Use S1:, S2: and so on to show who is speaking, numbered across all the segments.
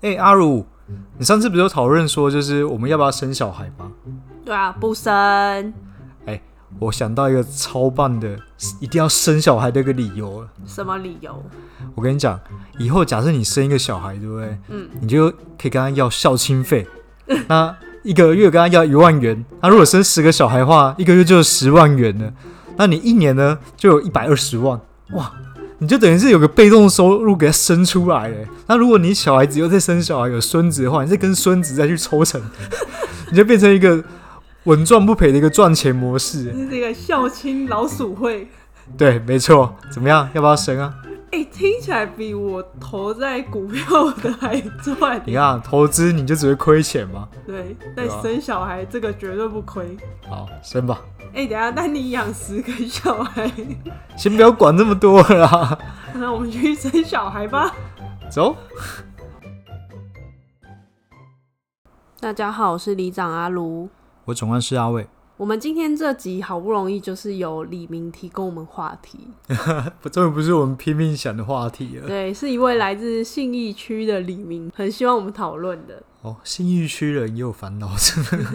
S1: 哎、阿如，你上次不是有讨论说，就是我们要不要生小孩吗？
S2: 对啊，不生
S1: 哎、我想到一个超棒的，一定要生小孩的一个理由了。
S2: 什么理由？
S1: 我跟你讲，以后假设你生一个小孩，对不对？嗯，你就可以跟他要孝亲费，那一个月跟他要一万元。那如果生十个小孩的话，一个月就有十万元了。那你一年呢，就有一百二十万，哇！你就等于是有个被动收入给他生出来了。那如果你小孩子又再生小孩有孙子的话，你再跟孙子再去抽成， 你就变成一个稳赚不赔的一个赚钱模式。
S2: 这是一个孝亲老鼠会。
S1: 对，没错。怎么样？要不要生啊？
S2: 哎、听起来比我投在股票的还赚。
S1: 你看投资你就只会亏钱嘛。
S2: 对，但
S1: 对啊
S2: 生小孩这个绝对不亏。
S1: 好，生吧。
S2: 哎、等一下，那你养十个小孩，
S1: 先不要管这么多了啦，
S2: 那我们去生小孩吧。
S1: 走。
S2: 大家好，我是里长阿卢。
S1: 我总冠是阿伟，
S2: 我们今天这集好不容易就是由李明提供我们话题，
S1: 不终于不是我们拼命想的话题了。
S2: 对，是一位来自信义区的李明，很希望我们讨论的。
S1: 哦，新域区人也有烦恼，真 的。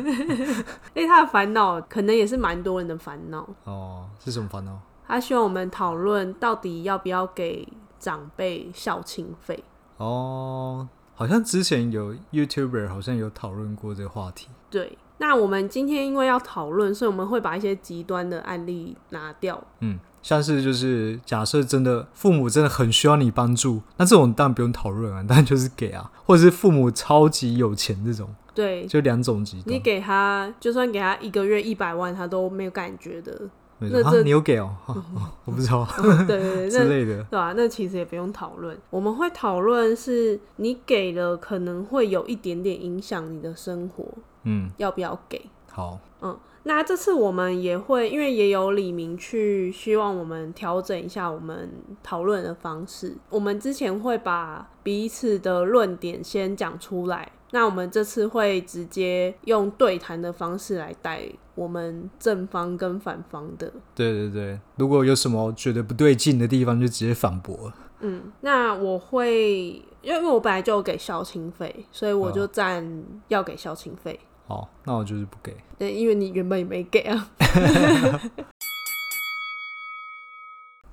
S2: 哎、他的烦恼可能也是蛮多人的烦恼。
S1: 哦，是什么烦恼？
S2: 他希望我们讨论到底要不要给长辈孝亲费。
S1: 哦，好像之前有 YouTuber 好像有讨论过这个话题。
S2: 对，那我们今天因为要讨论，所以我们会把一些极端的案例拿掉。
S1: 嗯，像是就是假设真的父母真的很需要你帮助，那这种当然不用讨论啊， 当然就是给啊，或者是父母超级有钱这种，
S2: 对，
S1: 就两种极
S2: 你
S1: 端。
S2: 给他，就算给他一个月一百万，他都没有感觉的。
S1: 没
S2: 那
S1: 错啊，
S2: 这
S1: 你有给哦？ 哦哦我不知道
S2: 对对
S1: 之
S2: 对，那。
S1: 类的。
S2: 对啊，那其实也不用讨论。我们会讨论是你给了，可能会有一点点影响你的生活，
S1: 嗯，
S2: 要不要给？
S1: 好，
S2: 嗯，那这次我们也会，因为也有李明去希望我们调整一下我们讨论的方式。我们之前会把彼此的论点先讲出来，那我们这次会直接用对谈的方式来带我们正方跟反方的。
S1: 对对对，如果有什么觉得不对劲的地方，就直接反驳。
S2: 嗯，那我会，因为我本来就有给校庆费，所以我就占要给校庆费。
S1: 好，那我就是不给。
S2: 对，因为你原本也没给啊。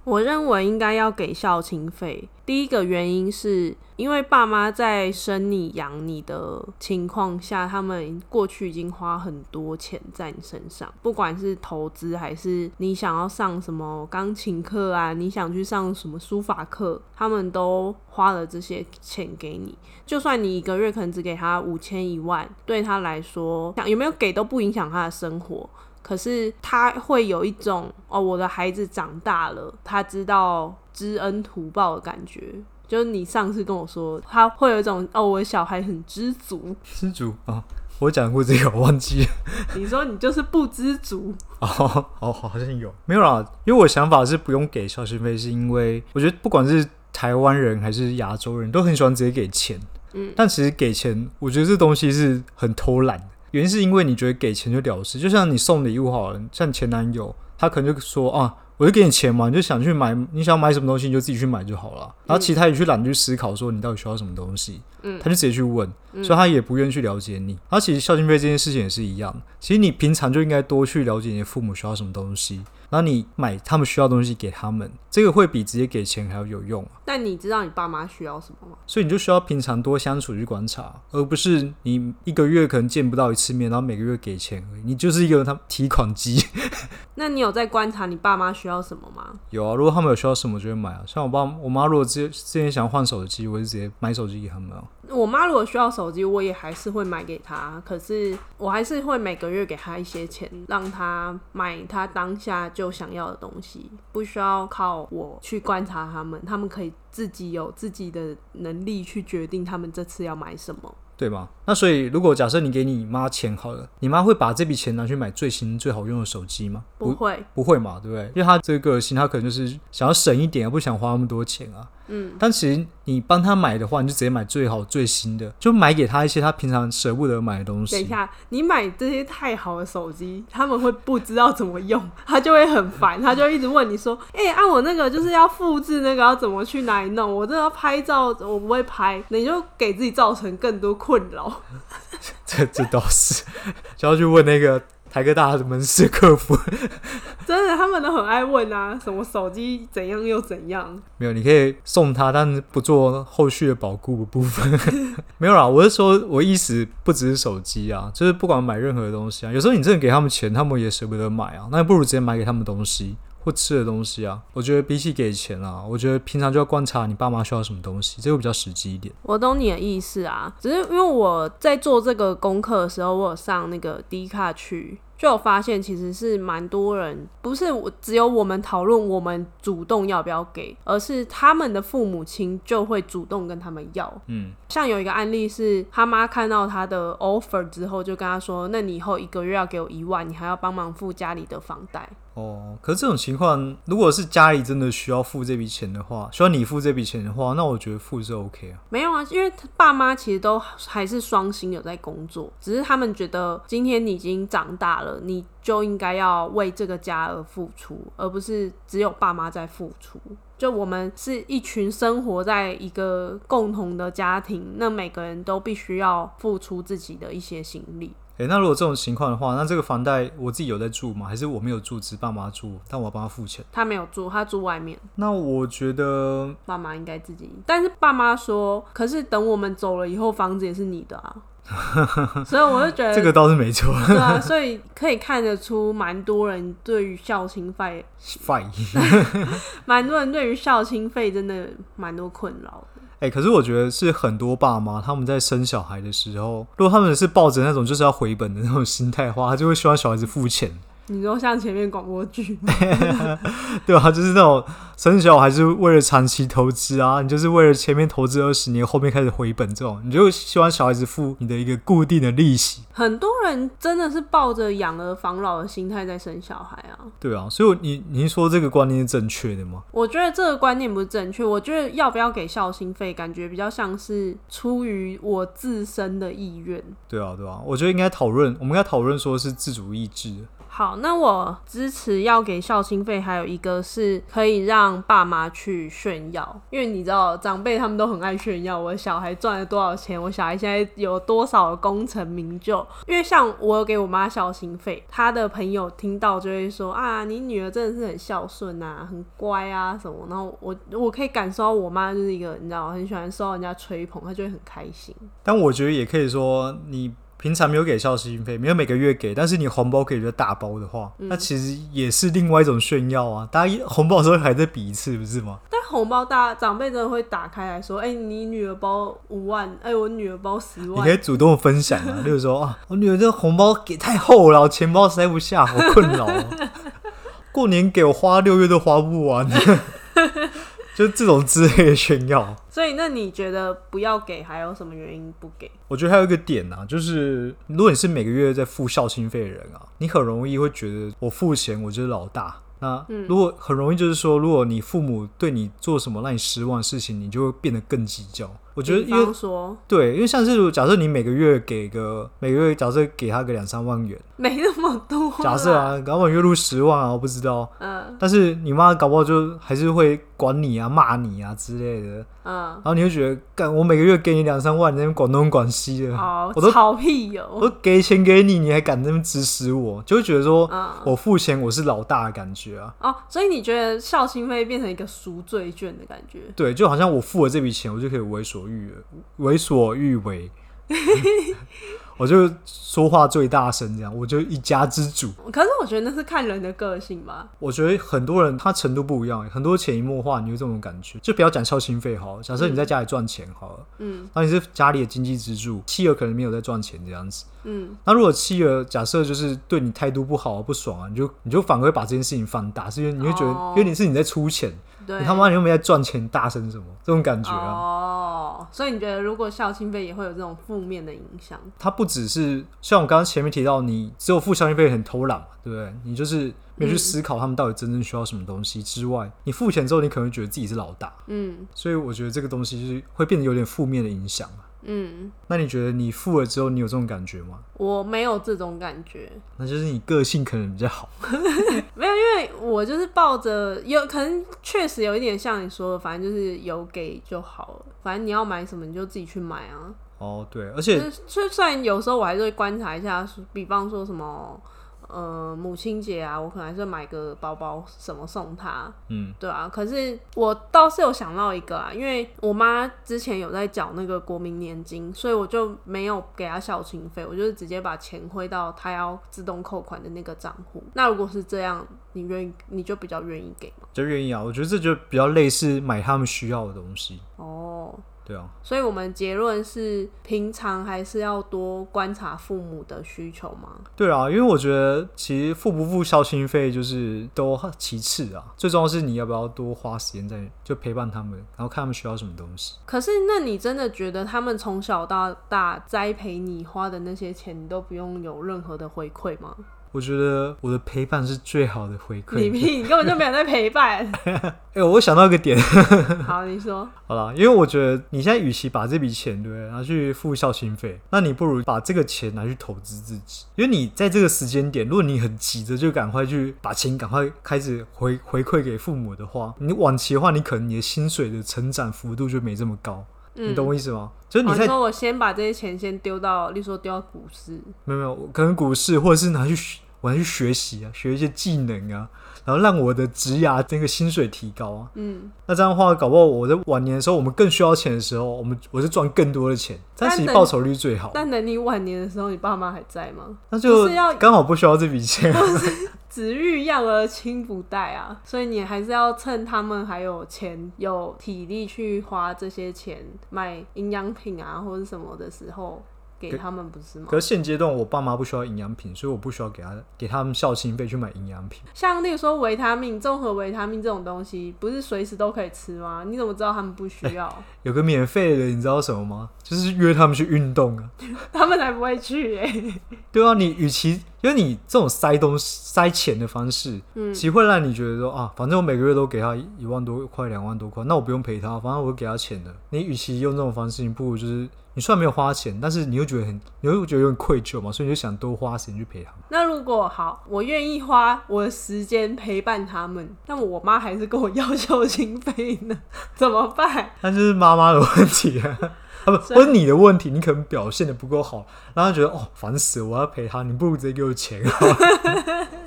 S2: 我认为应该要给孝亲费。第一个原因是因为爸妈在生你养你的情况下，他们过去已经花很多钱在你身上，不管是投资还是你想要上什么钢琴课啊，你想去上什么书法课，他们都花了这些钱给你。就算你一个月可能只给他五千一万，对他来说，想有没有给都不影响他的生活。可是他会有一种哦，我的孩子长大了，他知道知恩图报的感觉。就是你上次跟我说，他会有一种哦，我的小孩很知足。
S1: 失主啊、哦，我讲过这个，我忘记了。
S2: 你说你就是不知足，
S1: 哦，好，好像有没有啦？因为我想法是不用给孝心费，是因为我觉得不管是台湾人还是亚洲人都很喜欢直接给钱。嗯，但其实给钱，我觉得这东西是很偷懒的。原因是因为你觉得给钱就了事，就像你送礼物好了，像前男友，他可能就说啊，我就给你钱嘛，你就想去买，你想买什么东西你就自己去买就好了。然后其实他也去懒得去思考说你到底需要什么东西，嗯，他就直接去问，所以他也不愿意去了解你。然后其实孝敬费这件事情也是一样，其实你平常就应该多去了解你的父母需要什么东西，然后你买他们需要的东西给他们，这个会比直接给钱还要有用啊。
S2: 但你知道你爸妈需要什么吗？
S1: 所以你就需要平常多相处去观察，而不是你一个月可能见不到一次面，然后每个月给钱而已，你就是一个他提款机。
S2: 那你有在观察你爸妈需要什么吗？
S1: 有啊，如果他们有需要什么，就会买啊。像我爸我妈如果之之前想换手机，我就直接买手机给他们啊。
S2: 我妈如果需要手机，我也还是会买给她，可是我还是会每个月给她一些钱，让她买她当下就想要的东西，不需要靠我去观察他们，他们可以自己有自己的能力去决定他们这次要买什么。
S1: 对吗？那所以，如果假设你给你妈钱好了，你妈会把这笔钱拿去买最新最好用的手机吗？
S2: 不会，
S1: 不会嘛，对不对？因为她这个心，她可能就是想要省一点啊，不想花那么多钱啊。嗯，但其实你帮她买的话，你就直接买最好最新的，就买给她一些她平常舍不得买的东西。
S2: 等一下，你买这些太好的手机，他们会不知道怎么用， 他就会很烦，他就一直问你说：“哎、按、我那个就是要复制那个，要怎么去哪里弄？我这要拍照，我不会拍。”你就给自己造成更多困扰。
S1: 这这倒是， 就要去问那个台科大的门市客服。
S2: 真的，他们都很爱问啊，什么手机怎样又怎样。
S1: 没有，你可以送他，但是不做后续的保固的部分。 没有啦，我是说，我意思不只是手机啊，就是不管买任何东西啊，有时候你真的给他们钱，他们也舍不得买啊，那不如直接买给他们东西或吃的东西啊。我觉得比起给钱啊，我觉得平常就要观察你爸妈需要什么东西，这个比较实际一点。
S2: 我懂你的意思啊，只是因为我在做这个功课的时候，我有上那个 D 卡去，就有发现其实是蛮多人，不是我只有我们讨论我们主动要不要给，而是他们的父母亲就会主动跟他们要。
S1: 嗯，
S2: 像有一个案例是，他妈看到他的 offer 之后，就跟他说：“那你以后一个月要给我一万，你还要帮忙付家里的房贷。”
S1: 哦，可是这种情况，如果是家里真的需要付这笔钱的话，需要你付这笔钱的话，那我觉得付是 OK 啊。
S2: 没有啊，因为他爸妈其实都还是双薪有在工作，只是他们觉得今天你已经长大了，你就应该要为这个家而付出，而不是只有爸妈在付出。就我们是一群生活在一个共同的家庭，那每个人都必须要付出自己的一些心力。
S1: 诶、那如果这种情况的话，那这个房贷我自己有在住吗？还是我没有住，只是爸妈住，但我要帮他付钱？
S2: 他没有住，他住外面，
S1: 那我觉得
S2: 爸妈应该自己。但是爸妈说，可是等我们走了以后，房子也是你的啊。 所以我就觉得
S1: 这个倒是没错。
S2: 对啊，所以可以看得出，蛮多人对于孝亲费，
S1: fine。
S2: 蛮多人对于孝亲费真的蛮多困扰的。
S1: 哎、可是我觉得是很多爸妈他们在生小孩的时候，如果他们是抱着那种就是要回本的那种心态的话，他就会希望小孩子付钱，
S2: 你说像前面广播剧，
S1: 对吧、就是那种生小孩是为了长期投资啊，你就是为了前面投资二十年，后面开始回本这种，你就希望小孩子付你的一个固定的利息，
S2: 很多人真的是抱着养儿防老的心态在生小孩啊。
S1: 对啊。所以你您说这个观念是正确的吗？
S2: 我觉得这个观念不是正确。我觉得要不要给孝心费，感觉比较像是出于我自身的意愿。
S1: 对啊，对啊。我觉得应该讨论，我们应该讨论说是自主意志的。
S2: 好，那我支持要给孝心费，还有一个是可以让爸妈去炫耀，因为你知道长辈他们都很爱炫耀，我小孩赚了多少钱，我小孩现在有多少的功成名就。因为像我有给我妈孝心费，她的朋友听到就会说啊，你女儿真的是很孝顺啊，很乖啊什么。然后我我可以感受到我妈就是一个你知道很喜欢受到人家吹捧，她就会很开心。
S1: 但我觉得也可以说，你平常没有给孝心费，没有每个月给，但是你红包给的大包的话，那其实也是另外一种炫耀啊！大家一红包的时候还在比一次，不是吗？
S2: 但红包大家长辈真的会打开来说：“哎、你女儿包五万，哎、我女儿包十
S1: 你可以
S2: 万。
S1: 主动分享啊，例如说 啊，我女儿这个红包给太厚了，我钱包塞不下，好困扰、哦。过年给我花六月都花不完， 就这种之类的炫耀。”
S2: 所以，那你觉得不要给，还有什么原因不给？
S1: 我觉得还有一个点啊，就是如果你是每个月在付孝心费的人啊，你很容易会觉得我付钱我就是老大。那
S2: 嗯
S1: 如果很容易就是说，如果你父母对你做什么让你失望的事情，你就会变得更计较。我觉得
S2: 比
S1: 因为
S2: 方说
S1: 对，因为像是如果假设你每个月给个每个月假设给他个两三万元，
S2: 没那么多啦。
S1: 假设啊，搞不好月入十万啊，我不知道。
S2: 嗯
S1: 但是你妈搞不好就还是会管你啊、骂你啊之类的，
S2: 嗯，
S1: 然后你就觉得，干我每个月给你两三万，你在那边管东管西的，
S2: 好
S1: 我都，
S2: 吵屁哟、
S1: 我给钱给你，你还敢那么指使我，就会觉得说、
S2: 嗯
S1: 我付钱我是老大的感觉啊。
S2: 哦，所以你觉得孝心费变成一个赎罪券的感觉？
S1: 对，就好像我付了这笔钱，我就可以为所欲为所欲为。 我就说话最大声，这样我就一家之主。
S2: 可是我觉得那是看人的个性吧。
S1: 我觉得很多人他程度不一样，欸很多潜移默化，你有这种感觉。就不要讲孝心费好了，假设你在家里赚钱好了，
S2: 嗯
S1: 那、你是家里的经济支柱，妻儿可能没有在赚钱这样子。
S2: 嗯，
S1: 那如果妻儿假设就是对你态度不好啊、不爽啊，你就你就反而会把这件事情放大，是因为你会觉得，
S2: 哦
S1: 因为你是你在出钱，
S2: 对。
S1: 你他妈你又没在赚钱，大声什么这种感觉啊。
S2: 哦，所以你觉得如果孝亲费也会有这种负面的影响？
S1: 它不只是像我刚刚前面提到，你只有付孝心费很偷懒嘛，对不对？你就是没有去思考他们到底真正需要什么东西之外，你付钱之后，你可能会觉得自己是老大，
S2: 嗯
S1: 所以我觉得这个东西就是会变得有点负面的影响啊。
S2: 嗯，
S1: 那你觉得你付了之后，你有这种感觉吗？
S2: 我没有这种感觉，
S1: 那就是你个性可能比较好，
S2: 没有，因为我就是抱着有可能确实有一点像你说的，反正就是有给就好了，反正你要买什么你就自己去买啊。
S1: 哦，对，而且
S2: 就是虽虽然有时候我还是会观察一下，比方说什么。呃，母亲节啊，我可能还是买个包包什么送她，
S1: 嗯，
S2: 对啊，可是我倒是有想到一个啊，因为我妈之前有在缴那个国民年金，所以我就没有给她孝亲费，我就是直接把钱汇到她要自动扣款的那个账户。那如果是这样，你愿意你就比较愿意给嘛？
S1: 就愿意啊。我觉得这就比较类似买他们需要的东西，
S2: 哦，
S1: 对啊，
S2: 所以我们结论是，平常还是要多观察父母的需求嘛。
S1: 对啊，因为我觉得其实付不付孝心费就是都其次啊，最重要是你要不要多花时间在就陪伴他们，然后看他们需要什么东西。
S2: 可是，那你真的觉得他们从小到大栽培你花的那些钱，你都不用有任何的回馈吗？
S1: 我觉得我的陪伴是最好的回
S2: 你
S1: 馈。
S2: 屁，你根本就没有在陪伴。
S1: 哎、我想到一个点，
S2: 好，你说，
S1: 好啦，因为我觉得你现在与其把这笔钱对不对拿去付孝心费，那你不如把这个钱拿去投资自己，因为你在这个时间点，如果你很急着就赶快去把钱赶快开始回 回馈给父母的话，你晚期的话，你可能你的薪水的成长幅度就没这么高，
S2: 嗯，
S1: 你懂我意思吗？就是
S2: 哦
S1: 你在、
S2: 说我先把这些钱先丢到，例如说丢到股市，
S1: 没有没有，可能股市或者是拿去学我拿去学习啊，学一些技能啊，然后让我的职涯这个薪水提高啊。
S2: 嗯，
S1: 那这样的话，搞不好我在晚年的时候，我们更需要钱的时候，我们我是赚更多的钱，但其实
S2: 但
S1: 报酬率最好，
S2: 但等你晚年的时候，你爸妈还在吗？
S1: 那就
S2: 不是要
S1: 刚好不需要这笔钱。
S2: 子欲养而亲不待啊，所以你还是要趁他们还有钱、有体力去花这些钱买营养品啊或者什么的时候给
S1: 可
S2: 他们，不是吗？
S1: 可是现阶段我爸妈不需要营养品，所以我不需要给他给他们孝心费去买营养品。
S2: 像例如说维他命、综合维他命这种东西，不是随时都可以吃吗？你怎么知道他们不需要？
S1: 有个免费的，你知道什么吗？就是约他们去运动啊。
S2: 他们才不会去哎、
S1: 对啊，你与其因为你这种塞东西、塞钱的方式，
S2: 嗯
S1: 其实会让你觉得说啊，反正我每个月都给他一万多块、两万多块，那我不用陪他，反正我给他钱的。你与其用这种方式，你不如就是你虽然没有花钱，但是你又觉得很，你又觉得有点愧疚嘛，所以你就想多花时间去陪他。
S2: 那如果好，我愿意花我的时间陪伴他们，但我妈还是跟我要求经费呢，怎么办？
S1: 但就是妈妈的问题啊，啊不，
S2: 真的
S1: 或者你的问题，你可能表现的不够好，然后他觉得哦烦死了，我要陪他，你不如直接给我钱啊。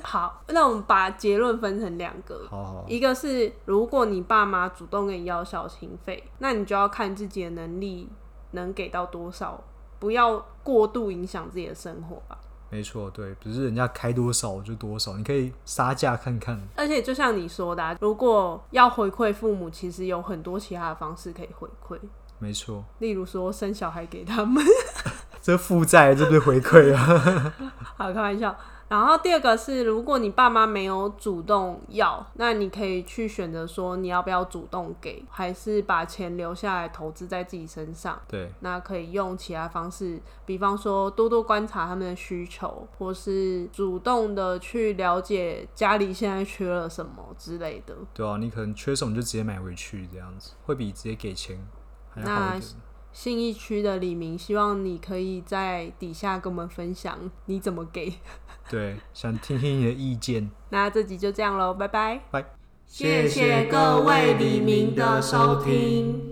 S2: 好，那我们把结论分成两个。
S1: 好好，
S2: 一个是，如果你爸妈主动跟你要孝心费，那你就要看自己的能力能给到多少，不要过度影响自己的生活吧。
S1: 没错，对，不是人家开多少我就多少，你可以杀价看看。
S2: 而且就像你说的啊、如果要回馈父母，其实有很多其他的方式可以回馈，
S1: 没错。
S2: 例如说生小孩给他们，
S1: 这负债这不是回馈 啊？
S2: 好，开玩笑。然后第二个是，如果你爸妈没有主动要，那你可以去选择说你要不要主动给，还是把钱留下来投资在自己身上。
S1: 对，
S2: 那可以用其他方式，比方说多多观察他们的需求，或是主动的去了解家里现在缺了什么之类的。
S1: 对啊，你可能缺什么就直接买回去，这样子会比直接给钱还要好一点。
S2: 信义区的李明，希望你可以在底下跟我们分享你怎么给。
S1: 对，想听听你的意见，
S2: 那这集就这样喽，拜拜。
S1: 拜。
S2: 谢谢各位黎明的收听。